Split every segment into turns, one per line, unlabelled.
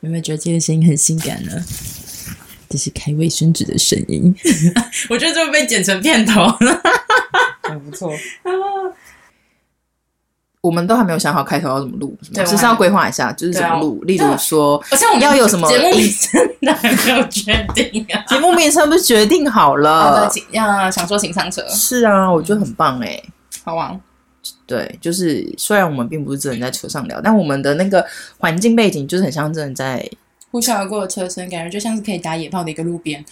有没有觉得这个声音很性感呢？这是开卫生纸的声音， 我觉得这会被剪成片头了。
很不 错。我们都还没有想好开头要怎么录，是吗
对
只是要规划一下，就是怎么录。例
对啊
如说，
好像我们
要有什么
节目名称的还没有决定啊。
节目名称不是决定好
啊，
了
对，？请要想说请上车，
是啊，我觉得很棒哎、
好啊玩。
对，就是虽然我们并不是真的在车上聊，但我们的那个环境背景就是很像真的在
呼啸而过的车声，感觉就像是可以打野炮的一个路边。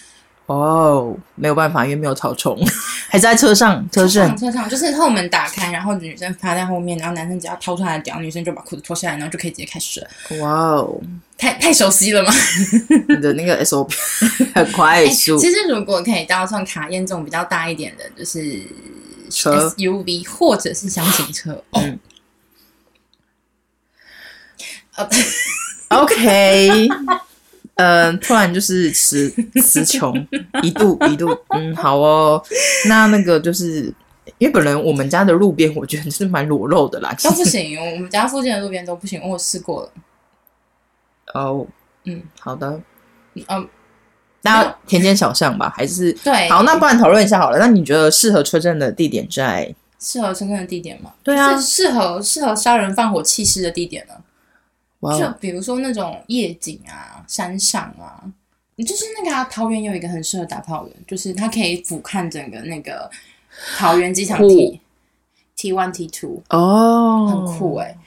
哦，没有办法，因为没有草丛， 还是在车上车
上
震。
车上就是后门打开，然后女生趴在后面，然后男生只要掏出来的屌，女生就把裤子脱下来，然后就可以直接开始了。
哇哦，
太太熟悉了吗？
你的那个 SOP 很快
哎
速。
其实如果可以到像卡宴这种比较大一点的，就是
车
SUV 或者是箱型 车，
嗯
嗯，呃，
OK，呃，突然就是词词穷，一度一度，嗯，好哦。那那个就是因为本来我们家的路边，我觉得是蛮裸露的啦。
都不行，我们家附近的路边都不行，我试过了，
哦，
嗯，
好的，
嗯，
那田间小巷吧，还是
对，
好？那不然讨论一下好了。那你觉得适合车震的地点在？
适合真正的地点吗？
对啊
就是适合适合杀人放火弃尸的地点呢、
哇
就
哦，
比如说那种夜景啊、山上啊，你就是那个、啊、桃园有一个很适合打炮的，就是它可以俯瞰整个那个桃园机场
酷
T T one T two，
哦，
很酷哎、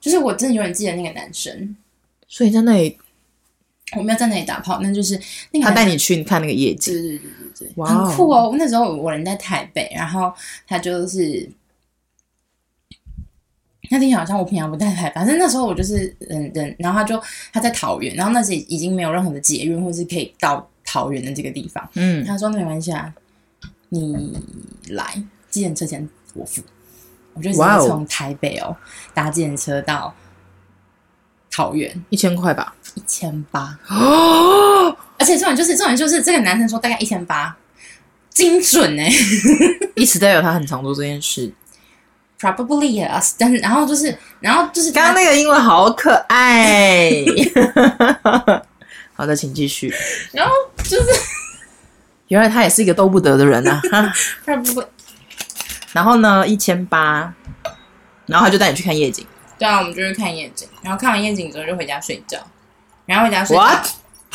就是我真的永远记得那个男生，
所以在那里，
我没有在那里打炮，那就是那个
他
男
带你去看那个夜景。
对对对对对，
哇哦
很酷哦！那时候我人在台北，然后他就是那天好像我平常不在台北，反正那时候我就是人人，然后他就他在桃园，然后那时已经没有任何的捷运或是可以到桃园的这个地方。
嗯，
他说那没关系啊，你来，计程车钱我付。我就直接
哇哦
从台北哦搭计程车到桃园
一千块 吧。
一千八。
哦，
而且重点就是重点就是这个男生说大概一千八，精准哎、
一直代表他很常做这件事。
p r o b a b l y yes。但是然后就是然后就是
刚刚那个英文好可爱。 好的，请继续。
然后就是
原来他也是一个斗不得的人啊。 哈
probably
然后呢，一千八，然后他就带你去看夜景。
对啊，我们就去看夜景，然后看完夜景之后就回家睡觉，然后回家睡觉
What？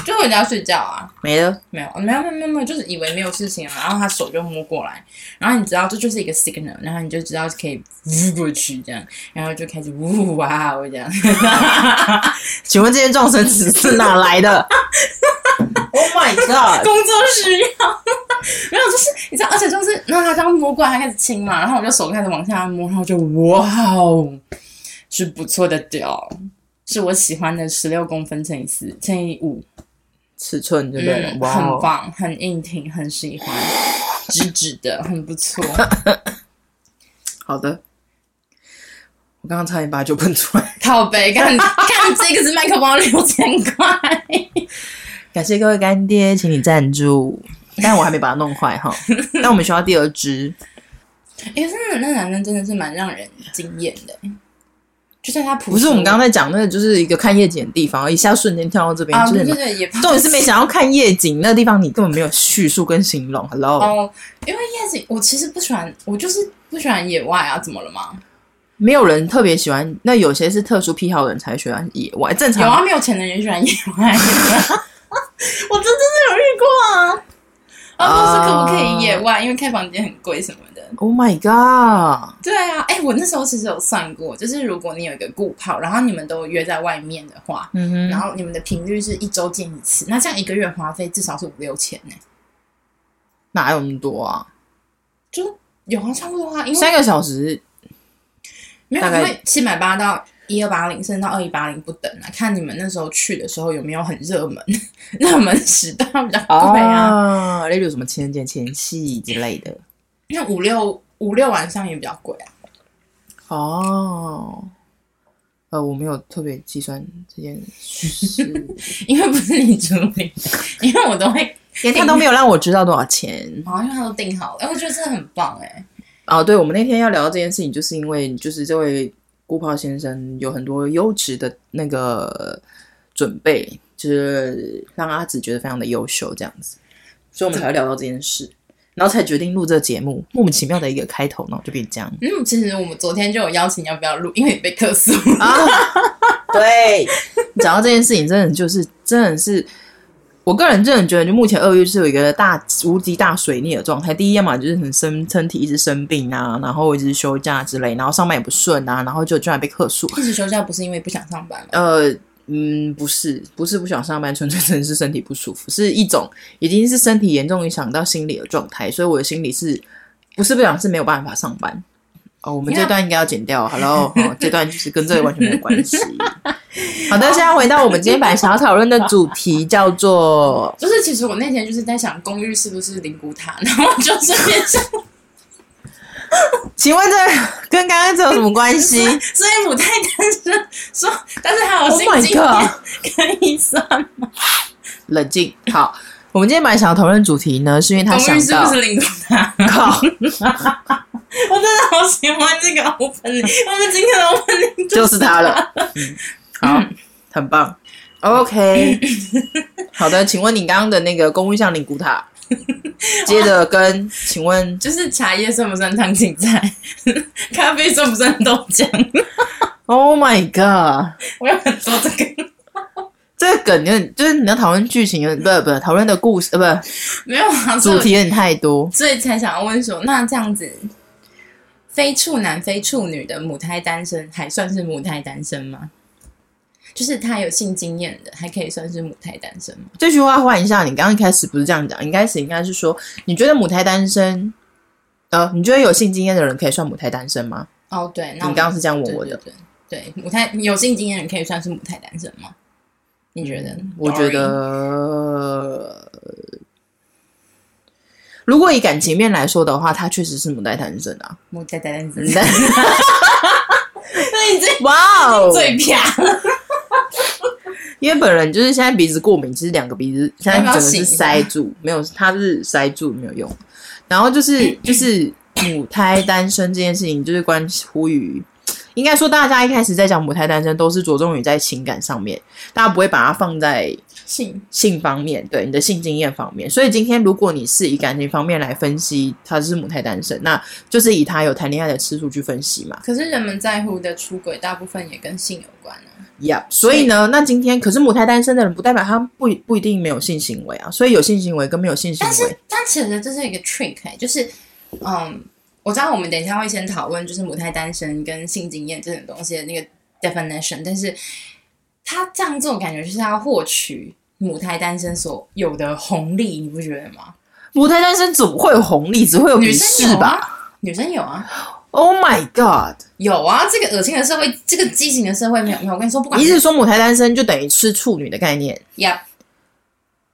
就回家睡觉啊。
没了，
没有，没有，没有，没有没有，就是以为没有事情了，啊然后他手就摸过来，然后你知道这就是一个 signal，然后你就知道可以 呜过去这样，然后就开始呜哇哦这样，
请问这些撞生词是哪来的？Oh my god！
工作需要，没有，就是你知道，而且就是，然后他刚摸过来，他开始亲嘛，然后我就手开始往下摸，然后就哇哦，是不错的屌，是我喜欢的十六公分乘以四乘以五，
尺寸对不对了？
嗯，
哇
很
哦，
棒，很硬挺，很喜欢，直直的，很不错。
好的。我刚刚差点把酒喷出来。
靠北， 看看这个是麦克风六千块，哎
感谢各位干爹，请你赞助。但我还没把它弄坏哈，但我们需要第二支。
哎、真的，那男生真的是蛮让人惊艳的，就算他
不是我们刚刚在讲那个，就是一个看夜景的地方，一下瞬间跳到这边，
啊，
就
对
是
对
重
对，也不
点是没想要看夜景那个地方，你根本没有叙述跟形容。Hello，、
哦，因为夜景，我其实不喜欢，我就是不喜欢野外啊，怎么了吗？
没有人特别喜欢，那有些是特殊癖好的人才喜欢野外，正
有
常。
啊，没有钱的人也喜欢野外，啊我真真的有遇过啊。啊，说是可不可以野外？因为开房间很贵什么的。
Oh my god！
对啊，哎、我那时候其实有算过，就是如果你有一个顾炮，然后你们都约在外面的话，
嗯
然
哼，
后你们的频率是一周见一次，那这样一个月花费至少是五六千呢、
哪有那么多啊？
就有啊，差不多啊，因为
三个小时
没有，
大
因
概
为七百八到一二八零，甚至到二一八零不等啊，看你们那时候去的时候有没有很热门，热门时段比较贵啊。
啊，哦例如什么情人节前戏之类的。
那五六五六晚上也比较贵啊。
哦，呃，我没有特别计算这件事，
因为不是你主理， 因为我都会，
连他都没有让我知道多少钱。
好像他都订好了，哎、我觉得真的很棒哎、
哦，对，我们那天要聊到这件事情，就是因为就是这位顾炮先生有很多优质的那个准备，就是让阿紫觉得非常的优秀这样子，所以我们才会聊到这件事，然后才决定录这个节目，莫名其妙的一个开头，然后就变这样
嗯，其实我们昨天就有邀请要不要录，因为你被客诉。
啊。对，讲到这件事情，真的就是真的是。我个人真的觉得，就目前二月是有一个大无敌大水逆的状态。第一，要么就是很身身体一直生病啊，然后一直休假之类，然后上班也不顺啊，然后就居然被克数。
一直休假不是因为不想上班吗？
呃，嗯，不是，不是不想上班，纯粹真的是身体不舒服，是一种已经是身体严重影响到心理的状态，所以我的心理是不是不想是没有办法上班。哦，我们
你看
这段应该要剪掉，Hello，、哦、 这段就是跟这个完全没有关系。好的，现在回到我们今天本来想要讨论的主题，叫做
就是其实我那天就是在想，公寓是不是灵骨塔，然后就顺便上
“请问这跟刚刚这有什么关系
所以母太单身说，但是还有
Oh
新
my
经验 可以算吗？”？
冷静。好，我们今天本来想要讨论主题呢，是因为他
公
想
寓是
到
不是灵骨塔？
靠，
我真的好喜欢这个 opening，我们今天的 opening
就是他了。嗯，好，很棒。OK，好的，请问你刚刚的那个公寓像灵骨 塔，接着跟请问
就是茶叶算不算烫青菜？咖啡算不算豆浆？
，Oh my God，
我有很多这个，
这个梗有点，就是你要讨论剧情有点，不不，讨论的故事呃
没有啊，
不，
所以
主
我
题有点太多。
所以才想要问说，那这样子，非处男非处女的母胎单身还算是母胎单身吗？就是他有性经验的，还可以算是母胎单身吗？
这句话换一下，你刚刚一开始不是这样讲，一开始应该是说，你觉得母胎单身，呃，你觉得有性经验的人可以算母胎单身吗？
哦，对，
你
那我
刚刚是这样问我
对
的，
对对对母胎有性经验的人可以算是母胎单身吗？你觉得？
我觉
Dory
得，如果以感情面来说的话，他确实是母胎单身啊。
母胎单身， 那你 这
哇哦！
最啪了，
因为本人就是现在鼻子过敏，其实两个鼻子现在整个是塞 住，没有，他是塞住没有用。然后 就是就是母胎单身这件事情，就是关乎于，应该说大家一开始在讲母胎单身，都是着重于在情感上面，大家不会把它放在
性
性方面，对你的性经验方面。所以今天如果你是以感情方面来分析，他是母胎单身，那就是以他有谈恋爱的次数去分析嘛。
可是人们在乎的出轨，大部分也跟性有关啊。
Yep，所以呢，那今天可是母胎单身的人，不代表他不不一定没有性行为啊。所以有性行为跟没有性行
但
为
是，但其实这是一个 trick，、欸、就是，嗯，我知道我们等一下会先讨论就是母胎单身跟性经验这种东西的那个 definition，但是他这样做感觉就是要获取母胎单身所有的红利，你不觉得吗？
母胎单身怎么会有红利？只会有
女
鄙
生
视
有
哦吧
啊，女生有啊，
？Oh my god！
有啊，这个恶心的社会，这个畸形的社会没有没有。我跟你说，不管
你一直说母胎单身就等于吃处女的概念
呀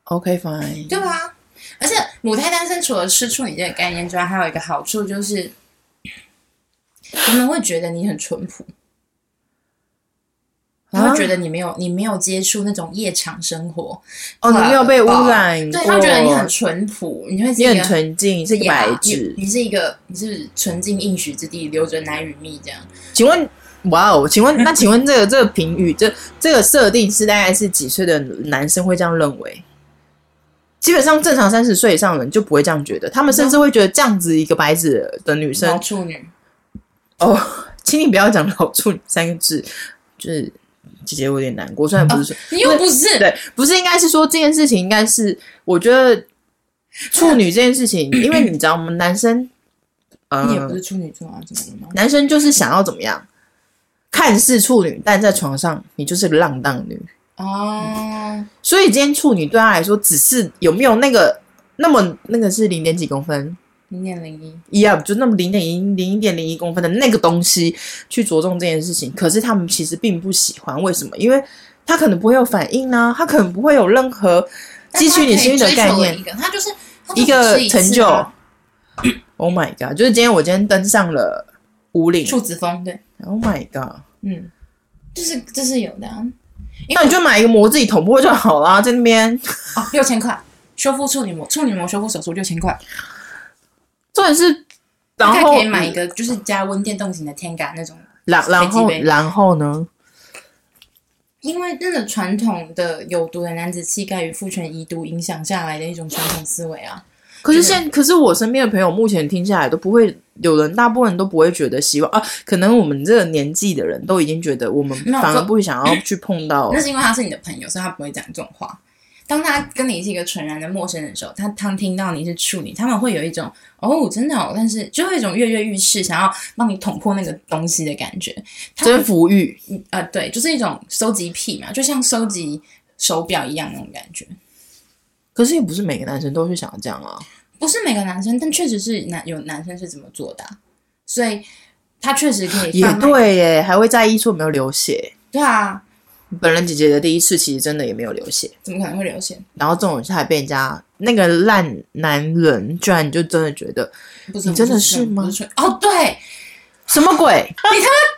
？OK fine，
对吧？而且母胎单身除了吃处女这个概念之外，还有一个好处就是，人们会觉得你很淳朴，他
啊
会觉得你没有你没有接触那种夜场生活，
哦，你没有被污染过，
对，他会觉得你很啊淳朴，你会是
你
一个
很纯净，是一个白纸
呀。你你是一个你是纯净应许之地，留着奶与蜜这样。
请问，哇哦，请问那请问这个这个评语，这这个设定是大概是几岁的男生会这样认为？基本上正常三十岁以上的人就不会这样觉得，他们甚至会觉得这样子一个白纸的女
老
生，
处女，
哦，请你不要讲老处女三个字，就是姐姐我有点难过，虽然不是说、
你又不是
对，不是应该是说这件事情应该是，我觉得处女这件事情，因为你知道我们男生，呃，
你也不是处女座啊，怎么了吗？
男生就是想要怎么样，看似处女，但在床上你就是个浪荡女。
哦，
所以今天处女对他来说，只是有没有那个那么那个是零点几公分
零点零一，
一样，就那么零点一零一点零一公分的那个东西去着重这件事情。可是他们其实并不喜欢，为什么？因为他可能不会有反应呢、他可能不会有任何
但
汲取你
哎他可以
心意的
追求
概
了
念
一。个，他就是他就
一
只
个
是
成
次
就
啊。
Oh my god！就是今天我今天登上了五岭。
处子风，对，
Oh my god！
嗯，就是这是有的、啊，
那你就买一个膜自己捅破就好啦，在那边。
哦，六千块修复处女膜，处女膜修复手术六千块，
重点是，然
大概
后
可以买一个就是加温电动型的 Tenga 那种
然
飞
然
机
后
杯
然后呢？
因为真的传统的有毒的男子气概与父权遗毒影响下来的一种传统思维啊。
可是
真的
现，可是我身边的朋友目前听下来都不会，有人大部分人都不会觉得希望啊，可能我们这个年纪的人都已经觉得我们
没有
反而
可
不想要去碰到
那是因为他是你的朋友，所以他不会讲这种话。当他跟你是一个纯然的陌生人的时候，他他听到你是处女，他们会有一种哦，真的、哦，但是就会有一种跃跃欲试，想要帮你捅破那个东西的感觉。他
征服欲。
呃，对，就是一种收集癖嘛，就像收集手表一样那种感觉。
可是也不是每个男生都是想要这样啊。
不是每个男生，但确实是男有男生是怎么做的啊、所以他确实可以
也
贩卖。
对耶，还会在意说有没有流血。
对啊，
本人姐姐的第一次其实真的也没有流血，
怎么可能会流血？
然后这种事还被人家那个烂男人，居然就真的觉得
不是，
你真的
不
是
不
吗
纯哦，对，
什么鬼？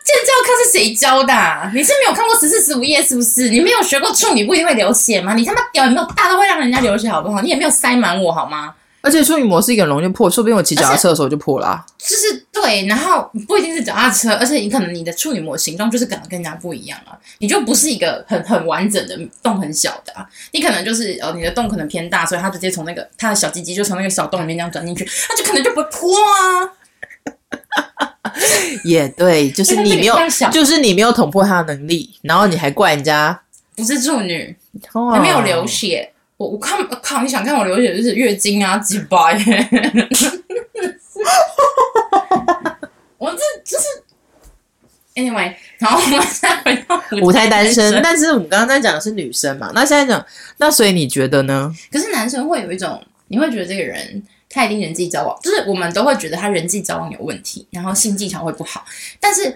建教课是谁教的啊、你是没有看过《十四十五夜》是不是？你没有学过处女不一定会流血吗？你他妈屌也没有大到会让人家流血好不好？你也没有塞满我好吗？
而且处女膜是一个很容易破，说不定我骑脚踏车的时候就破了、啊。
就是对，然后不一定是脚踏车，而且你可能你的处女膜形状就是可能跟人家不一样啊，你就不是一个很很完整的洞很小的、啊，你可能就是呃你的洞可能偏大，所以它直接从那个它的小鸡鸡就从那个小洞里面这样钻进去，它就可能就不会破啊。
也对，就是你没有
因为它这个非常，小
就是你没有捅破他的能力，然后你还怪人家，哦
不是处女，
还
还没有
嗯
流血。我我看我靠，你想看我流血就是月经啊，几百耶！我这就是 anyway，然后我们现在回到
舞台单身，但是我们刚刚在讲的是女生嘛，那现在讲，那所以你觉得呢？
可是男生会有一种，你会觉得这个人他一定人际交往，就是我们都会觉得他人际交往有问题，然后性技巧会不好。但是，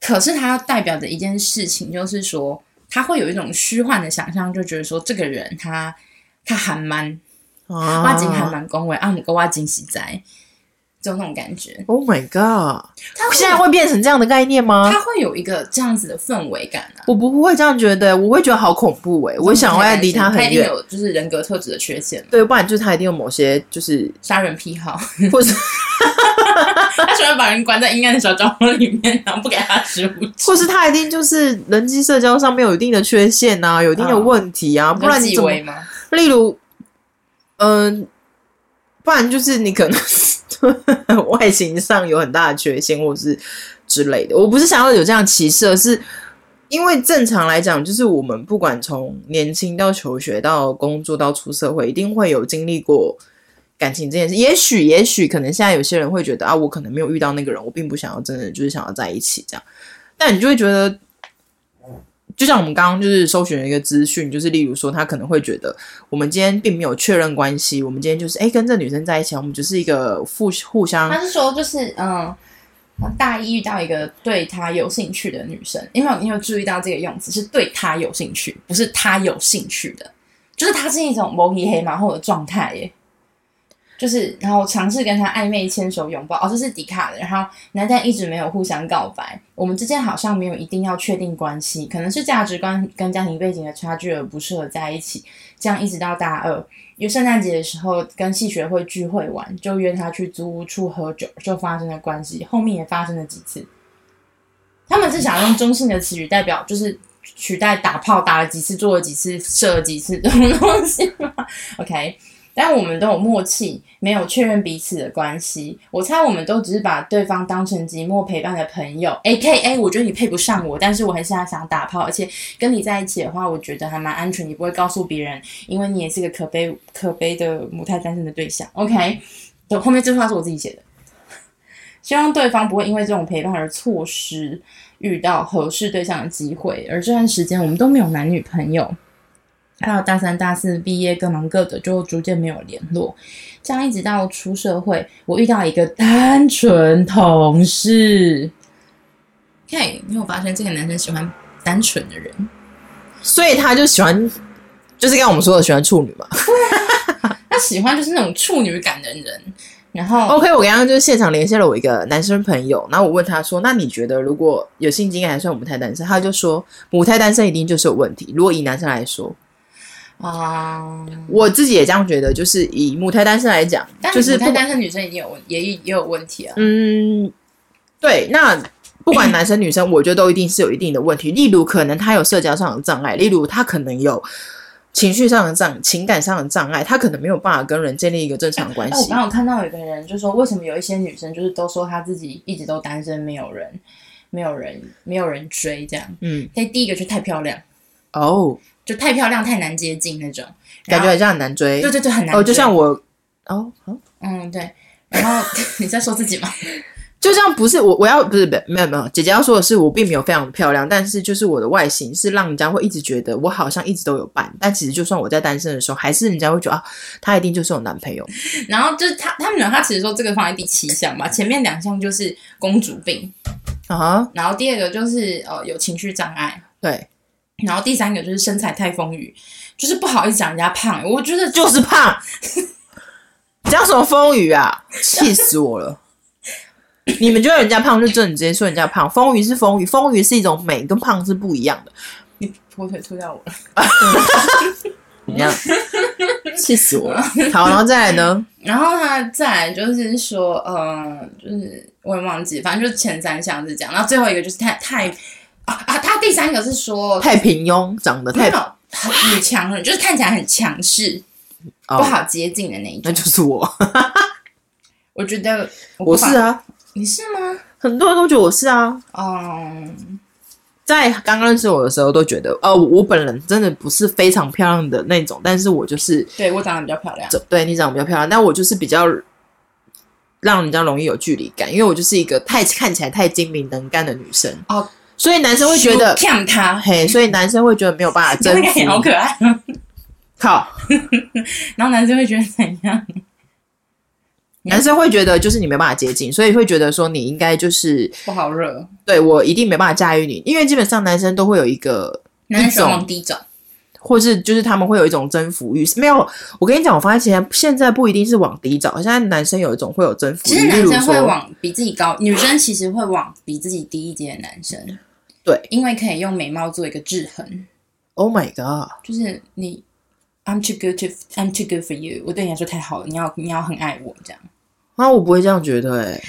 可是他代表的一件事情就是说，他会有一种虚幻的想象，就觉得说这个人他他很 man，
啊
挖井还蛮恭维，啊阿姆哥挖井喜在，就那种感觉。
，Oh my god！
他会
现在会啊变成这样的概念吗？
他会有一个这样子的氛围感啊。
我不会这样觉得，我会觉得好恐怖哎、我想要离他
他
很
一定
远。
有就是人格特质的缺陷嘛，
对，不然就是他一定有某些就是，
杀人癖好，
或是
他喜欢把人关在阴暗的小角落里面，然后不给他食物吃
或是他一定就是人际社交上面有一定的缺陷呐、有一定的
嗯
问题啊，不然你
纪
怎么
委吗？
例如，嗯、不然就是你可能 外形上有很大的缺陷，或是之类的。我不是想要有这样歧视，而是因为正常来讲，就是我们不管从年轻到求学到工作到出社会，一定会有经历过。感情这件事，也许也许可能现在有些人会觉得啊，我可能没有遇到那个人，我并不想要真的就是想要在一起这样，但你就会觉得，就像我们刚刚就是搜寻了一个资讯，就是例如说他可能会觉得我们今天并没有确认关系，我们今天就是哎、诶跟这女生在一起啊，我们就是一个互互相
他是说就是嗯。大一遇到一个对他有兴趣的女生，因为你有注意到这个用词是对他有兴趣，不是他有兴趣的，就是他是一种磨皮黑马后的状态耶，就是然后尝试跟他暧昧、牵手、拥抱，哦，这是迪卡的，然后男但一直没有互相告白，我们之间好像没有一定要确定关系，可能是价值观跟家庭背景的差距而不适合在一起，这样一直到大二，因为圣诞节的时候跟系学会聚会玩，就约他去租屋处喝酒，就发生了关系。后面也发生了几次。他们是想用中性的词语代表，就是取代打炮打了几次，做了几次，射了几次这种东西吗？OK，但我们都有默契，没有确认彼此的关系。我猜我们都只是把对方当成寂寞陪伴的朋友，A K A，我觉得你配不上我，但是我很想想打炮，而且跟你在一起的话，我觉得还蛮安全，你不会告诉别人。因为你也是个可悲可悲的母胎单身的对象。OK，等后面这句话是我自己写的，希望对方不会因为这种陪伴而错失遇到合适对象的机会。而这段时间我们都没有男女朋友，还有大三、大四毕业各忙各的，就逐渐没有联络。这样一直到出社会，我遇到一个单纯同事。OK，你有发现这个男生喜欢单纯的人？
所以他就喜欢，就是刚刚我们说的喜欢处女嘛。
他喜欢就是那种处女感的人。然后
OK，我刚刚就是现场连线了我一个男生朋友，然后我问他说：“那你觉得如果有性经验还算母胎单身？”他就说：“母胎单身一定就是有问题。如果以男生来说，哦
啊、
我自己也这样觉得，就是以母胎单身来讲，
但
就是是
母
不哦
胎单身女生一定有问，也也有问题啊。
嗯，对，那不管男生女生，我觉得都一定是有一定的问题。例如，可能他有社交上的障碍，例如他可能有情绪上的障、情感上的障碍，他可能没有办法跟人建立一个正常的关
哎，我
系
刚。刚有看到有一个人就说，为什么有一些女生就是都说她自己一直都单身，没有人，没有人，没有人追这样。
嗯，
她第一个就太漂亮，
哦，
就太漂亮太难接近那种，
感
然
觉
后
好像很难追。
对对对很难追。
哦，就像我，哦，好
嗯对，然后 你在说自己吗？
就像不是我，我要不是不是没有没有，姐姐要说的是，我并没有非常漂亮，但是就是我的外形是让人家会一直觉得我好像一直都有伴，但其实就算我在单身的时候，还是人家会觉得啊，她一定就是有男朋友。
然后就是他他们俩，他其实说这个放在第七项吧，前面两项就是公主病，嗯
啊，
然后第二个就是呃有情绪障碍，
对，
然后第三个就是身材太丰腴，就是不好意思讲人家胖、欸我觉得就
就是胖，讲什么风雨啊，气死我了！你们觉得人家胖，就真的直接说人家胖。风雨是风雨，风雨是一种美，跟胖是不一样的。
你火腿吐掉我了。
怎 么样？气死我了！好，然后再来呢？
然后他再来就是说，呃，就是我也忘记，反正就是前三项是这样，然后最后一个就是太太啊啊，他第三个是说
太平庸，长得
没
太……
有很女强人，就是看起来很强势，
哦
不好接近的那一
那
种。
就是我，
我觉得
我
不
是
敢
啊。
你是吗？
很多人都觉得我是啊，
嗯，
在刚刚认识我的时候都觉得，呃，我本人真的不是非常漂亮的那种，但是我就是，
对我长得比较漂亮。
对你长得比较漂亮，但我就是比较让人家容易有距离感，因为我就是一个太看起来太精明能干的女生
哦，
所以男生会觉得，
看他，
嘿，所以男生会觉得没有办法
那
征
个也好
服，
可爱。
靠，
然后男生会觉得怎样？嗯
男生会觉得就是你没办法接近，所以会觉得说你应该就是
不好惹，
对我一定没办法驾驭你，因为基本上男生都会有一个
男生
一
手
种
往低走。
或是就是他们会有一种征服欲，没有。我跟你讲，我发现现在不一定是往低找，现在男生有一种会有征服
其
欲，
实男
例如
生会
说，
往比自己高，女生其实会往比自己低一阶的男生。
对，
因为可以用美貌做一个制衡，
Oh my god，
就是你，I'm too good to I'm too good for you，我对你来说太好了，你要你要很爱我这样。
啊，我不会这样觉得、欸，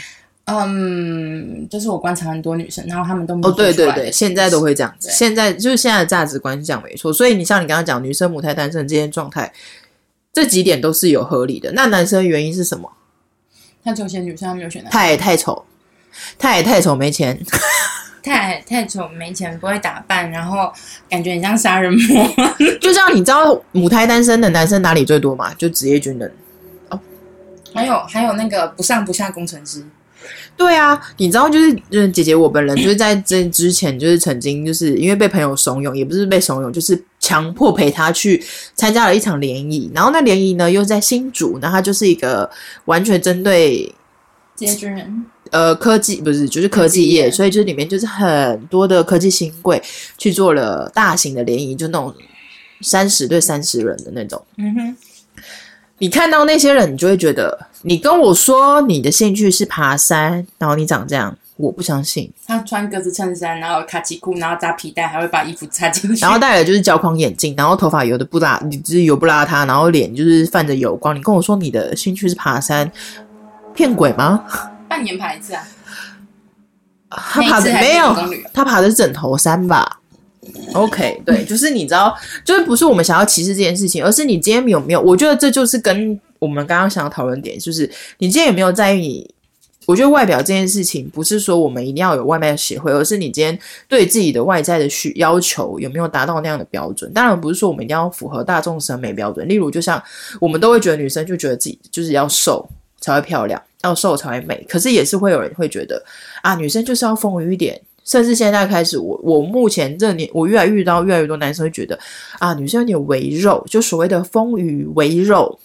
嗯，这是我观察很多女生，然后她们都没有
哦，对
说出
对
来
对，现在都会这样子，
对
现在就是现在的价值观是这样没错。所以你像你刚刚讲，女生母胎单身这些状态，这几点都是有合理的。那男生的原因是什么？
像这些女生她没有选男生，
太太丑，太太丑，没钱，
太太丑，没钱，不会打扮，然后感觉很像杀人魔。
就像你知道母胎单身的男生哪里最多吗？就职业军人。
还有还有那个不上不下工程师，
对啊，你知道就是就是姐姐我本人就是在这之前就是曾经就是因为被朋友怂恿，也不是被怂恿，就是强迫陪她去参加了一场联谊，然后那联谊呢又在新竹，那它就是一个完全针对
这些军人，
呃科技不是就是科
科
技
技
业，
业
所以就是里面就是很多的科技新贵去做了大型的联谊，就那种三十对三十人的那种。
嗯哼，
你看到那些人，你就会觉得，你跟我说你的兴趣是爬山，然后你长这样，我不相信。
他穿格子衬衫，然后卡其裤，然后扎皮带，还会把衣服插进去。
然后戴了就是胶框眼镜，然后头发油的不拉，就是油不邋遢，然后脸就是泛着油光。你跟我说你的兴趣是爬山，骗鬼吗？
半年爬一次啊，
他
那一
爬的
次还是
没有
成功旅游，
他爬的是枕头山吧？OK，对，就是你知道，就是不是我们想要歧视这件事情，而是你今天有没有？我觉得这就是跟我们刚刚想要讨论点，就是你今天有没有在意你。我觉得外表这件事情，不是说我们一定要有外卖协会，而是你今天对自己的外在的需要求有没有达到那样的标准。当然不是说我们一定要符合大众审美标准，例如就像我们都会觉得女生就觉得自己就是要瘦才会漂亮，要瘦才会美，可是也是会有人会觉得啊，女生就是要丰腴一点。甚至现在开始，我我目前这年，我越来遇到越来越多男生会觉得啊，女生有点微肉，就所谓的丰腴微肉，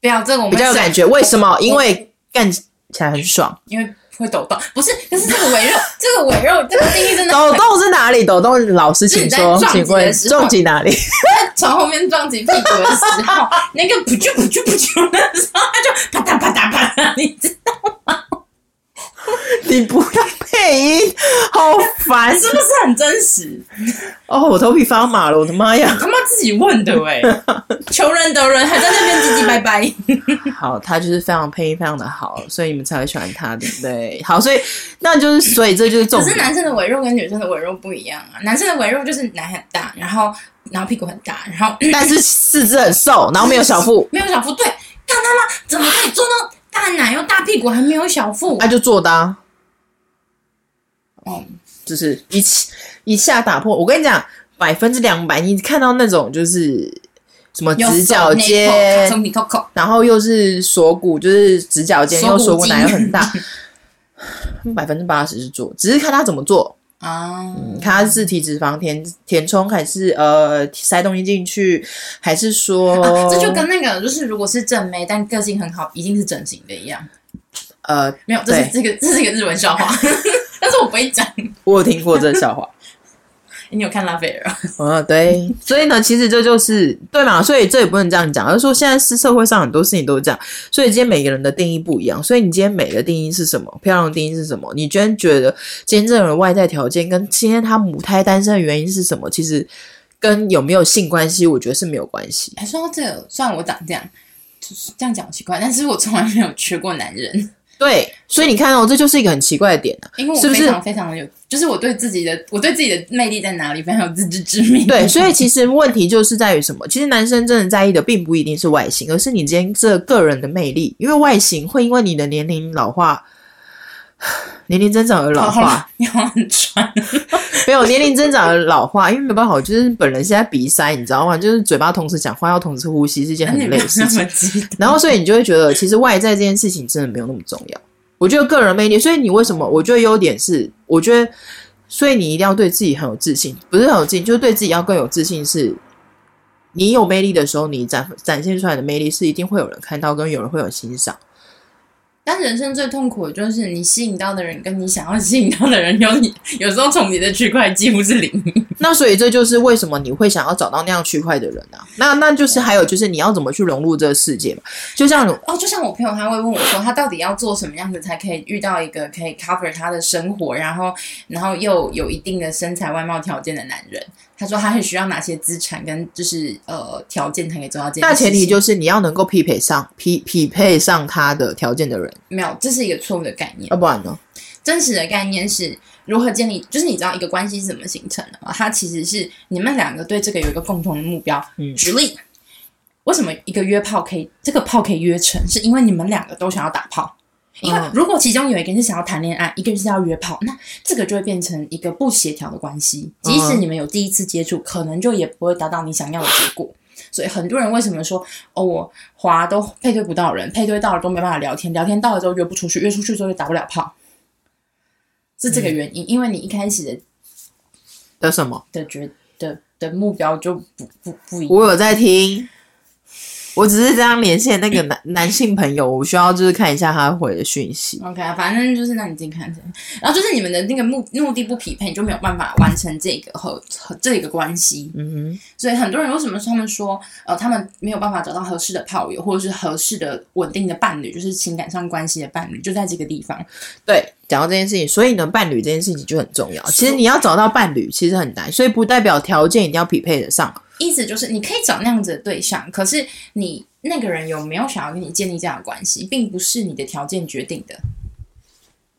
不要这个我们
比较有
省
感觉。为什么？因为干起来很爽。
因为会抖动，不是，但是这个围肉，这个围肉，这个定义真的
抖动是哪里？抖动老师请说，
就是你在撞击
请
的
问
时候
重击哪里？
从后面撞击屁股的时候，那个噗啾噗啾噗啾的时候，他就啪嗒啪嗒啪嗒，你知道
你不要配音，好烦
是不是很真实？
哦！我头皮发麻了，我的妈呀！
他妈自己己问的哎、求人得人，还在那边唧唧拜拜。
好，他就是非常配音非常的好，所以你们才会喜欢他，对不对？好，所以那就是所以这就是重
可是
点。
男生的尾肉跟女生的尾肉不一样啊，男生的尾肉就是奶很大，然后然后屁股很大，然后
但是四肢很瘦，然后没有小腹，
没有小腹。对，看他妈怎么可以做到大奶又大屁股还没有小腹？
那就做的、啊，
哦，
就是一起一下打破。我跟你讲，百分之两百，你看到那种就是什么
有
直角
手内扣卡
肩，
松皮扣扣，
然后又是锁骨，就是直角肩
锁骨
又锁骨
肌
奶又 很大，百分之八十是做，只是看他怎么做。
啊，
嗯看他是体脂肪填填充，还是呃塞东西进去，还是说、
啊 这就跟那个就是如果是正妹但个性很好，一定是整形的一样。
呃，
没有，这是这
对
个这是一个日文笑话， 但是我不会讲。
我有听过这个笑话。
你有看拉斐尔啊？
啊，对， 所以呢，其实这就是对嘛，所以这也不能这样讲，而是说现在是社会上很多事情都是这样，所以今天每个人的定义不一样，所以你今天美的定义是什么，漂亮的定义是什么，你居然觉得今天这个人的外在条件跟今天他母胎单身的原因是什么，其实跟有没有性关系，我觉得是没有关系。
哎，说到这个，虽然我长这样，就是这样讲奇怪，但是我从来没有缺过男人，
对，所以你看哦，这就是一个很奇怪的点啊。
因为我
是不
非
是
常非常的有，就是我对自己的我对自己的魅力在哪里非常有自知之明。
对，所以其实问题就是在于什么？其实男生真的在意的并不一定是外形，而是你今天这个人的魅力，因为外形会因为你的年龄老化。年龄增长而老
好
化
了，，你好很穿，啊
没有年龄增长而老化，因为没办法，我就是本人现在鼻塞，你知道吗？就是嘴巴同时讲话要同时呼吸是一件很
你没
累
有
的事
那
情
么。激动。
然后，所以你就会觉得，其实外在这件事情真的没有那么重要。我觉得个人魅力，所以你为什么？我觉得优点是，我觉得，所以你一定要对自己很有自信，不是很有自信，就是对自己要更有自信是。你有魅力的时候，你展展现出来的魅力是一定会有人看到，跟有人会有欣赏。
但人生最痛苦的就是你吸引到的人跟你想要吸引到的人有你有时候重叠的区块几乎是零。
那所以这就是为什么你会想要找到那样区块的人啊。那那就是还有就是你要怎么去融入这个世界嘛？就像
哦，就像我朋友他会问我说，他到底要做什么样子才可以遇到一个可以 cover 他的生活，然后然后又有一定的身材外貌条件的男人。他说他很需要哪些资产跟就是呃条件才可以做到这件
大
事情。
前提就是你要能够匹配上匹匹配上他的条件的人，
没有，这是一个错误的概念。
要不然呢？
真实的概念是如何建立，就是你知道一个关系是怎么形成的吗？它其实是你们两个对这个有一个共同的目标。
嗯
举例，为什么一个约炮可以这个炮可以约成，是因为你们两个都想要打炮。因为
嗯
如果其中有一个人是想要谈恋爱，一个人是要约炮，那这个就会变成一个不协调的关系。即使
嗯
你们有第一次接触，可能就也不会达到你想要的结果。所以很多人为什么说哦，我滑都配对不到人，配对到了都没办法聊天，聊天到了之后约不出去，约出去之后就打不了炮，是这个原因，因为你一开始的
的什么？
的觉的的目标就不不不一样。
我有在听，我只是这样连线那
嗯
个男男性朋友，我需要就是看一下他回的讯息。
OK，反正就是让你自己看着，然后就是你们的那个目目的不匹配，你就没有办法完成这个和和这个关系。
嗯
所以很多人为什么他们说，呃，他们没有办法找到合适的炮友，或者是合适的稳定的伴侣，就是情感上关系的伴侣，就在这个地方。
哼，对，讲到这件事情，所以呢，伴侣这件事情就很重要。其实你要找到伴侣其实很难，所以不代表条件一定要匹配得上。
意思就是你可以找那样子的对象，可是你那个人有没有想要跟你建立这样的关系，并不是你的条件决定的。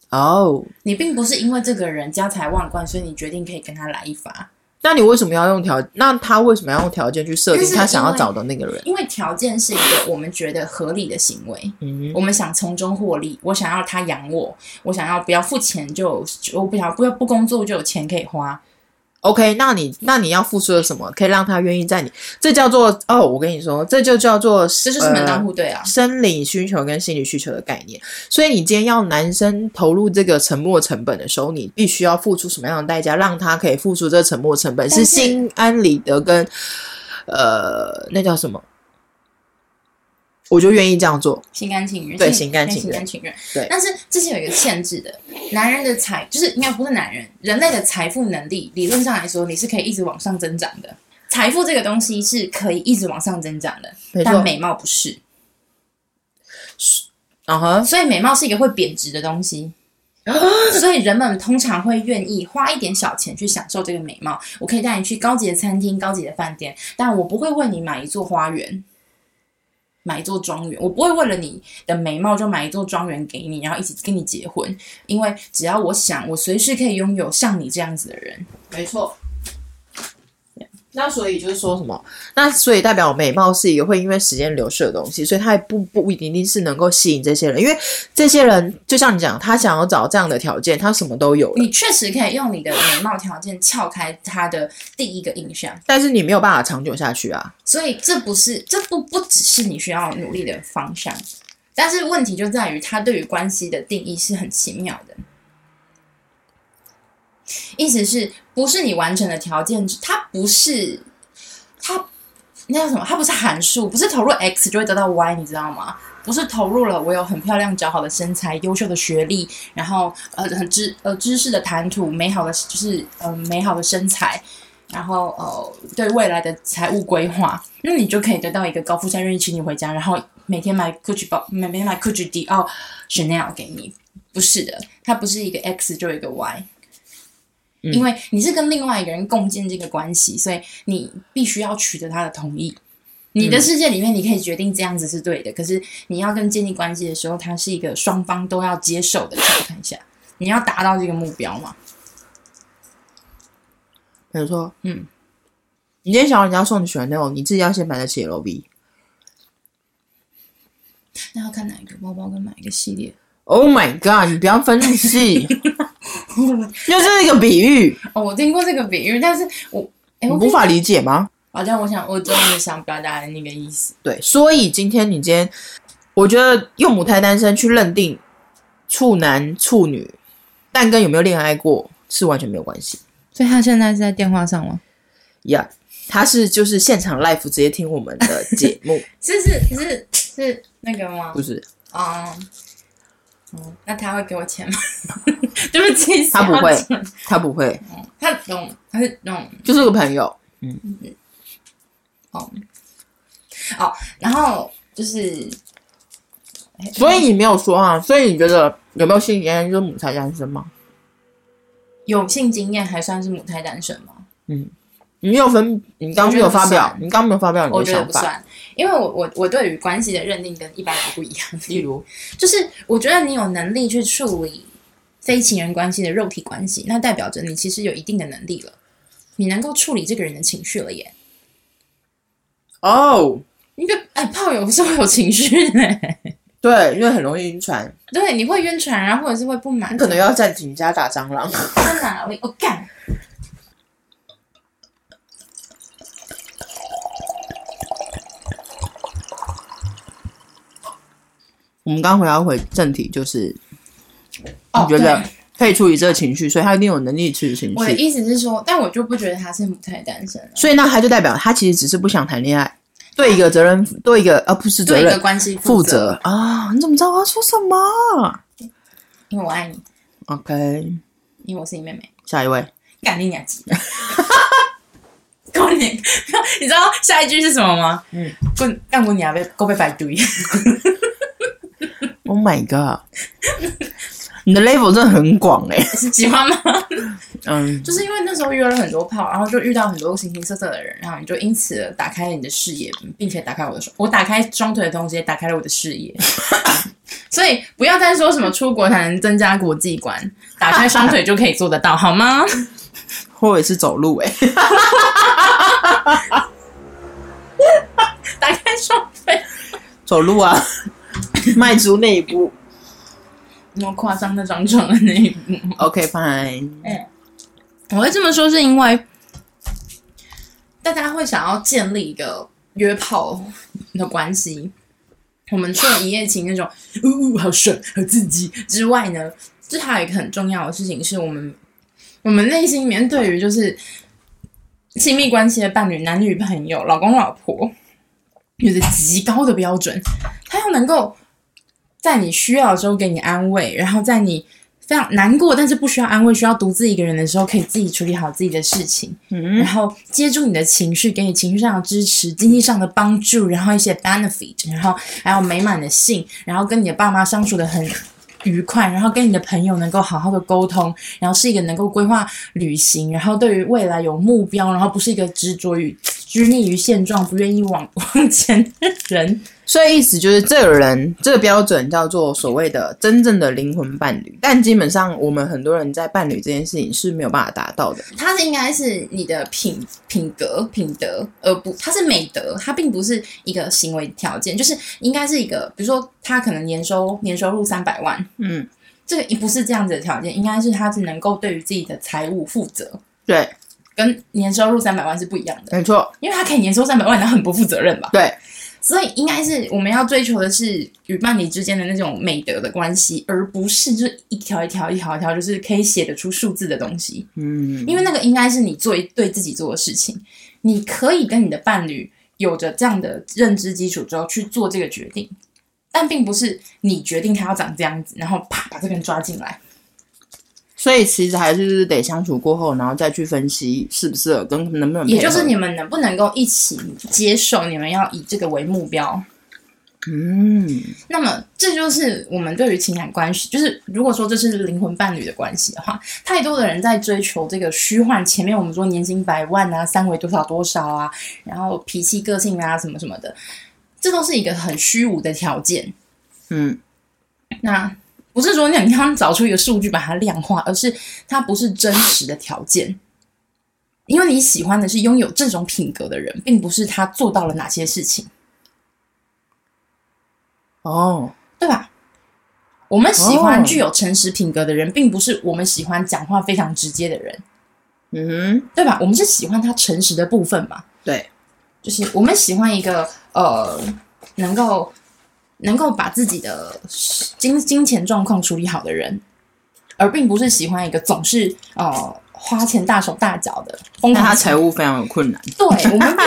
哦，
你并不是因为这个人家财万贯，所以你决定可以跟他来一发。
那你为什么要用条？那他为什么要用条件去设
但
定
是
他想
因
要
为
找的那个人？
因为条件是一个我们觉得合理的行为，
嗯
我们想从中获利，我想要他养我，我想要不要付钱就有，我不想要不要不工作就有钱可以花。
，OK，那你那你要付出了什么，可以让他愿意在你？这叫做哦，我跟你说，这就叫做
这
这
就是门当户对啊！
生理需求跟心理需求的概念。所以你今天要男生投入这个沉没成本的时候，你必须要付出什么样的代价，让他可以付出这个沉没成本？
但是
是心安理得跟呃，那叫什么？我就愿意这样做。
心甘情愿，
对
心
心甘
情
情愿
甘情愿。
对
但是这是有一个限制的，男人的财就是应该不是男人，人类的财富能力理论上来说，你是可以一直往上增长的。财富这个东西是可以一直往上增长的
没，错
但美貌不是，
嗯哼，嗯
所以美貌是一个会贬值的东西。所以人们通常会愿意花一点小钱去享受这个美貌。我可以带你去高级的餐厅、高级的饭店，但我不会为你买一座花园。买一座庄园，我不会为了你的美貌就买一座庄园给你，然后一起跟你结婚，因为只要我想，我随时可以拥有像你这样子的人。
没错。那所以就是说什么？那所以代表美貌是一个会因为时间流逝的东西，所以它也不不一定是能够吸引这些人，因为这些人就像你讲，他想要找这样的条件，他什么都有了，
你确实可以用你的美貌条件撬开他的第一个印象，
但是你没有办法长久下去啊。
所以这不是这不不只是你需要努力的方向，但是问题就在于他对于关系的定义是很奇妙的。意思是不是你完成的条件，它不是它那叫什么？它不是函数，不是投入 x 就会得到 y，你知道吗？不是投入了我有很漂亮姣好的身材、优秀的学历，然后呃很知呃知识的谈吐、美好的就是呃美好的身材，然后呃对未来的财务规划，那你就可以得到一个高富帅愿意请你回家，然后每天买 Gucci 包，每天买 Gucci 迪奥、Chanel 给你。不是的，它不是一个 x 就一个 y。因为你是跟另外一个人共建这个关系，所以你必须要取得他的同意。你的世界里面，你可以决定这样子是对的，可是你要跟建立关系的时候，它是一个双方都要接受的状态下，你要达到这个目标嘛？
比如说，
嗯，
你今天想要人家送你喜欢那种，你自己要先买得起 LV。
那要看哪一个包包跟哪一个系列。
Oh my god！你不要分那么细，就是一个比喻，
哦，我听过这个比喻，但是我哎，
你
我
无法理解吗？
好像我想，我终于想表达的那个意思。
对，所以今天你今天，我觉得用母胎单身去认定处男处女，但跟有没有恋爱过是完全没有关系。
所以他现在是在电话上吗？
呀、yeah,，他是就是现场 live 直接听我们的节目，
是是是是那个吗？
不是
哦，嗯，那他会给我钱吗？ 对不起，
他不会
小姐，
他不会，
他懂，他是懂
就是个朋友。
哦哦，然后就是哎
所以你没有说啊，所以你觉得有没有心理压力就是母胎单身吗？
有性经验还算是母胎单身吗？
你没有分，你刚没有发表，你刚没有发表你
我
的
觉得
想
不
法。
算，因为我我我对于关系的认定跟一般人不一样。
例如，
就是我觉得你有能力去处理非情人关系的肉体关系，那代表着你其实有一定的能力了，你能够处理这个人的情绪了耶。
哦，
你个哎，炮友是会有情绪的、
对，因为很容易晕船，
对，你会晕船，啊然后或者是会不满
你，可能要暂停加打蟑螂。
在哪里？我干。
我们刚回到回正题，就是
哦
你觉得
对
可以处理这个情绪，所以他一定有能力处理情
我的
绪。
意思是说，但我就不觉得他是母胎单身了，
所以那他就代表他其实只是不想谈恋爱，对一个责任，对一个而、不是责
对一个
任
关系
负
责，
责啊！你怎么知道我要说什么
因为我爱你，
？OK，
因为我是你妹妹，
下一位，
干你娘鸡！ 过年，你知道下一句是什么吗？
嗯，
滚干过娘被够被摆堆。
Oh my god！你的 level 真的很广哎、
是喜欢吗？
嗯，
就是因为那时候约了很多炮，然后就遇到很多形形色色的人，然后你就因此而打开你的视野，并且打开我的双，我打开双腿的同时也打开了我的视 野。所以不要再说什么出国才能增加国际观，打开双腿就可以做得到，好吗？
或者是走路哎、
打开双腿，
走路 啊，迈出那一步。
我夸张的张床的那一幕。
OK fine，
我会这么说是因为大家会想要建立一个约炮的关系。我们除了一夜情那种，呜呜好爽、好刺激之外呢，这还有一个很重要的事情是我们我们内心里面对于就是亲密关系的伴侣、男女朋友、老公老婆，有着极高的标准，他要能够在你需要的时候给你安慰，然后在你非常难过但是不需要安慰、需要独自一个人的时候，可以自己处理好自己的事情，
嗯
然后接住你的情绪，给你情绪上的支持、经济上的帮助，然后一些 benefit，然后还有美满的性，然后跟你的爸妈相处的很愉快，然后跟你的朋友能够好好的沟通，然后是一个能够规划旅行，然后对于未来有目标，然后不是一个执着于拘泥于现状、不愿意往 往前的人。
所以意思就是，这个人这个标准叫做所谓的真正的灵魂伴侣，但基本上我们很多人在伴侣这件事情是没有办法达到的。
他是应该是你的品品格、品德，而不它是美德，它并不是一个行为条件，就是应该是一个，比如说他可能年收年收入三百万，
嗯，
这个也不是这样子的条件，应该是他是能够对于自己的财务负责，
对，
跟年收入三百万是不一样的，
没错，
因为他可以年收三百万，然后很不负责任吧，
对，
所以应该是我们要追求的是与伴侣之间的那种美德的关系，而不是就是一条一条一条一条就是可以写得出数字的东西。
嗯，
因为那个应该是你做对自己做的事情，你可以跟你的伴侣有着这样的认知基础之后去做这个决定，但并不是你决定他要长这样子，然后啪把这个人抓进来。
所以其实还是就是得相处过后，然后再去分析适不适合，跟能不能配合。
也就是你们能不能够一起接受，你们要以这个为目标。
嗯，
那么这就是我们对于情感关系，就是如果说这是灵魂伴侣的关系的话，太多的人在追求这个虚幻。前面我们说年薪百万啊，三围多少多少啊，然后脾气个性啊什么什么的，这都是一个很虚无的条件。
嗯，
那不是说你你要找出一个数据把它量化，而是它不是真实的条件。因为你喜欢的是拥有这种品格的人，并不是他做到了哪些事情。
哦，
对吧？我们喜欢
哦
具有诚实品格的人，并不是我们喜欢讲话非常直接的人，
嗯哼，
对吧？我们是喜欢他诚实的部分嘛，
对，
就是我们喜欢一个呃，能够能够把自己的金金钱状况处理好的人，而并不是喜欢一个总是呃花钱大手大脚的疯
那
狂
他财务非常有困难。
对我们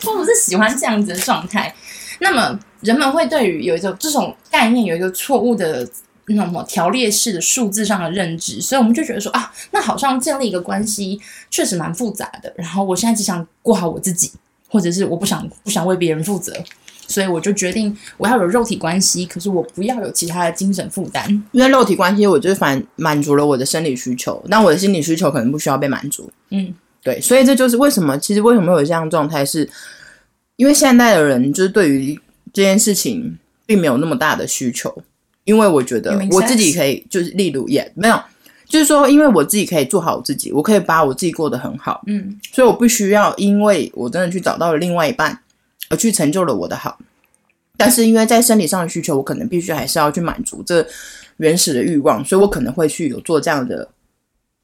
并不是喜欢这样子的状态。那么人们会对于有一种这种概念有一个错误的那种什么条列式的数字上的认知，所以我们就觉得说啊，那好像建立一个关系确实蛮复杂的。然后我现在只想过好我自己，或者是我不想不想为别人负责，所以我就决定我要有肉体关系，可是我不要有其他的精神负担。
因为肉体关系，我就是满满足了我的生理需求，但我的心理需求可能不需要被满足。
嗯，
对，所以这就是为什么，其实为什么会有这样的状态是，因为现代的人就是对于这件事情并没有那么大的需求，因为我觉
有
得
明
我
白
自己可以，就是例如也没有，就是说，因为我自己可以做好我自己，我可以把我自己过得很好，
嗯，
所以我不需要因为我真的去找到了另外一半，而去成就了我的好。但是因为在生理上的需求，我可能必须还是要去满足这原始的欲望，所以我可能会去有做这样的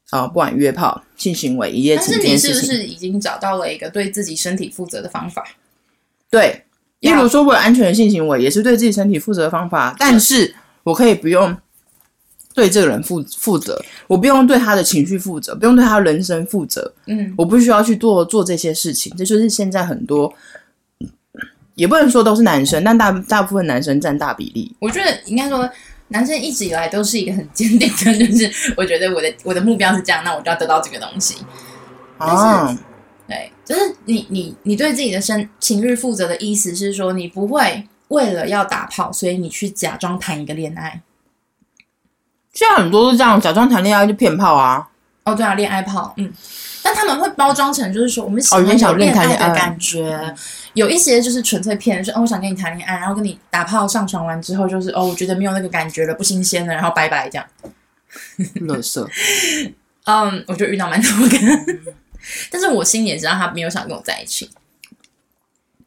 啊、不管约炮、性行为、一夜
但
情
是
这
你
件
是
事
不
情。
是已经找到了一个对自己身体负责的方法？
对，例
啊
如说我有安全的性行为，也是对自己身体负责的方法，但是我可以不用对这个人负负责，我不用对他的情绪负责，不用对他人生负责，
嗯，
我不需要去做做这些事情，这就是现在很多，也不能说都是男生，但大大部分男生占大比例。
我觉得应该说，男生一直以来都是一个很坚定的，就是 我觉得我的我的目标是这样，那我就要得到这个东西。但
啊，
对，就是你你你对自己的身情欲负责的意思是说，你不会为了要打炮，所以你去假装谈一个恋爱。
现在很多都这样，假装谈恋爱就骗炮啊。
哦，对啊，恋爱炮，嗯，但他们会包装成就是说我们喜
哦
欢
原
有
想
恋
谈
爱
恋爱
的感觉，有一些就是纯粹骗人，说哦我想跟你谈恋爱，然后跟你打炮上床完之后，就是哦我觉得没有那个感觉了，不新鲜了，然后拜拜这样。
乐色，
嗯，我就遇到蛮多个， 但是我心里也知道他没有想跟我在一起。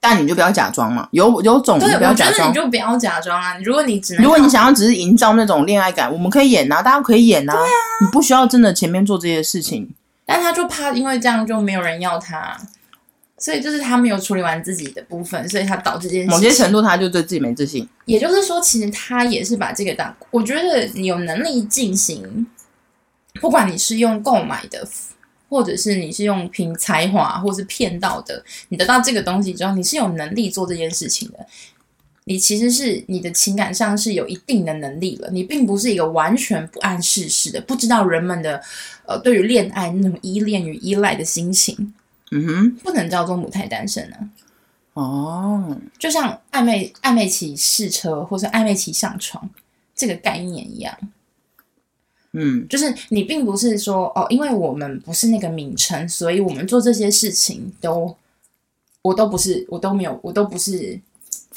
但你就不要假装嘛，有有种你
对，
就不要
我觉
假
得
装
你。就不要假装啊！如果你只能，
如果你，想要只是营造那种恋爱感，我们可以演啊，大家可以演啊，你不需要真的前面做这些事情。
但他就怕因为这样就没有人要他，所以就是他没有处理完自己的部分，所以他导致这件事
某些
情
程度，他就对自己没自信。
也就是说，其实他也是把这个当，我觉得你有能力进行，不管你是用购买的，或者是你是用凭才华，或是骗到的，你得到这个东西之后，你是有能力做这件事情的。你其实是你的情感上是有一定的能力了，你并不是一个完全不谙世事的，不知道人们的呃对于恋爱那种依恋与依赖的心情，
嗯哼，
不能叫做母胎单身啊。
哦，
就像暧昧暧昧期试车，或是暧昧期上床，这个概念一样，
嗯
就是你并不是说哦，因为我们不是那个名称，所以我们做这些事情都，我都不是，我都没有，我都不是，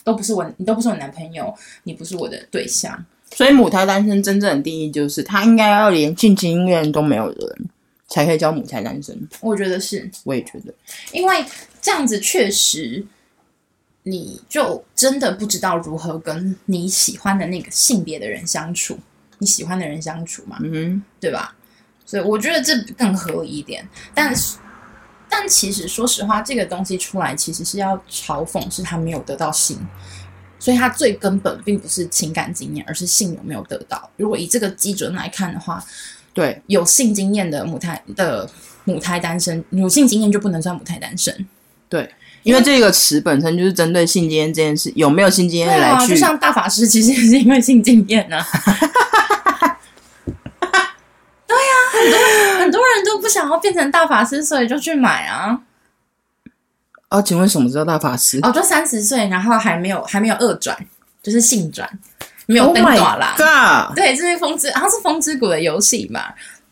都不是我，你都不是我男朋友，你不是我的对象，
所以母胎单身真正的定义就是，他应该要连性经验都没有的人，才可以叫母胎单身。
我觉得是。
我也觉得，
因为这样子确实，你就真的不知道如何跟你喜欢的那个性别的人相处，你喜欢的人相处嘛，
嗯
对吧？所以我觉得这更合理一点。但是，但其实说实话，这个东西出来其实是要嘲讽，是他没有得到性，所以他最根本并不是情感经验，而是性有没有得到。如果以这个基准来看的话，
哼，对，
有性经验的母胎的母胎单身，有性经验就不能算母胎单身。
因为这个词本身就是针对性经验这件事，有没有性经验
对
来
啊，
去
就，像大法师其实也是因为性经验呐、啊。 对呀、很多人很多人都不想要变成大法师，所以就去买啊。
哦，请问什么叫大法师？
哦，就三十岁，然后还没有还没有二转，就是性转，没有
Oh
登
my
短啦。
God，
对，这是风之，然后是风之谷的游戏嘛，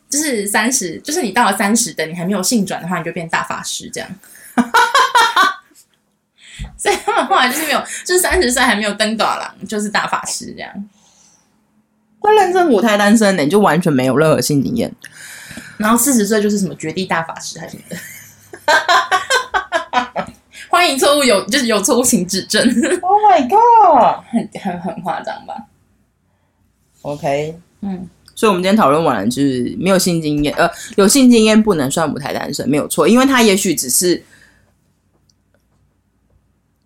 就是三十，就是你到了三十的，你还没有性转的话，你就变大法师这样。 所以他们后来就是没有，就是三十岁还没有登短郎，就是大法师这样。
我认证母胎单身呢、你就完全没有任何性经验。
然后四十岁就是什么绝地大法师还是什么的。 欢迎错误有就是有错误请指正，
Oh my god！
很很很夸张吧？
OK，
嗯，
所以我们今天讨论完了，就是没有性经验，呃，有性经验不能算舞台单身，没有错，因为他也许只是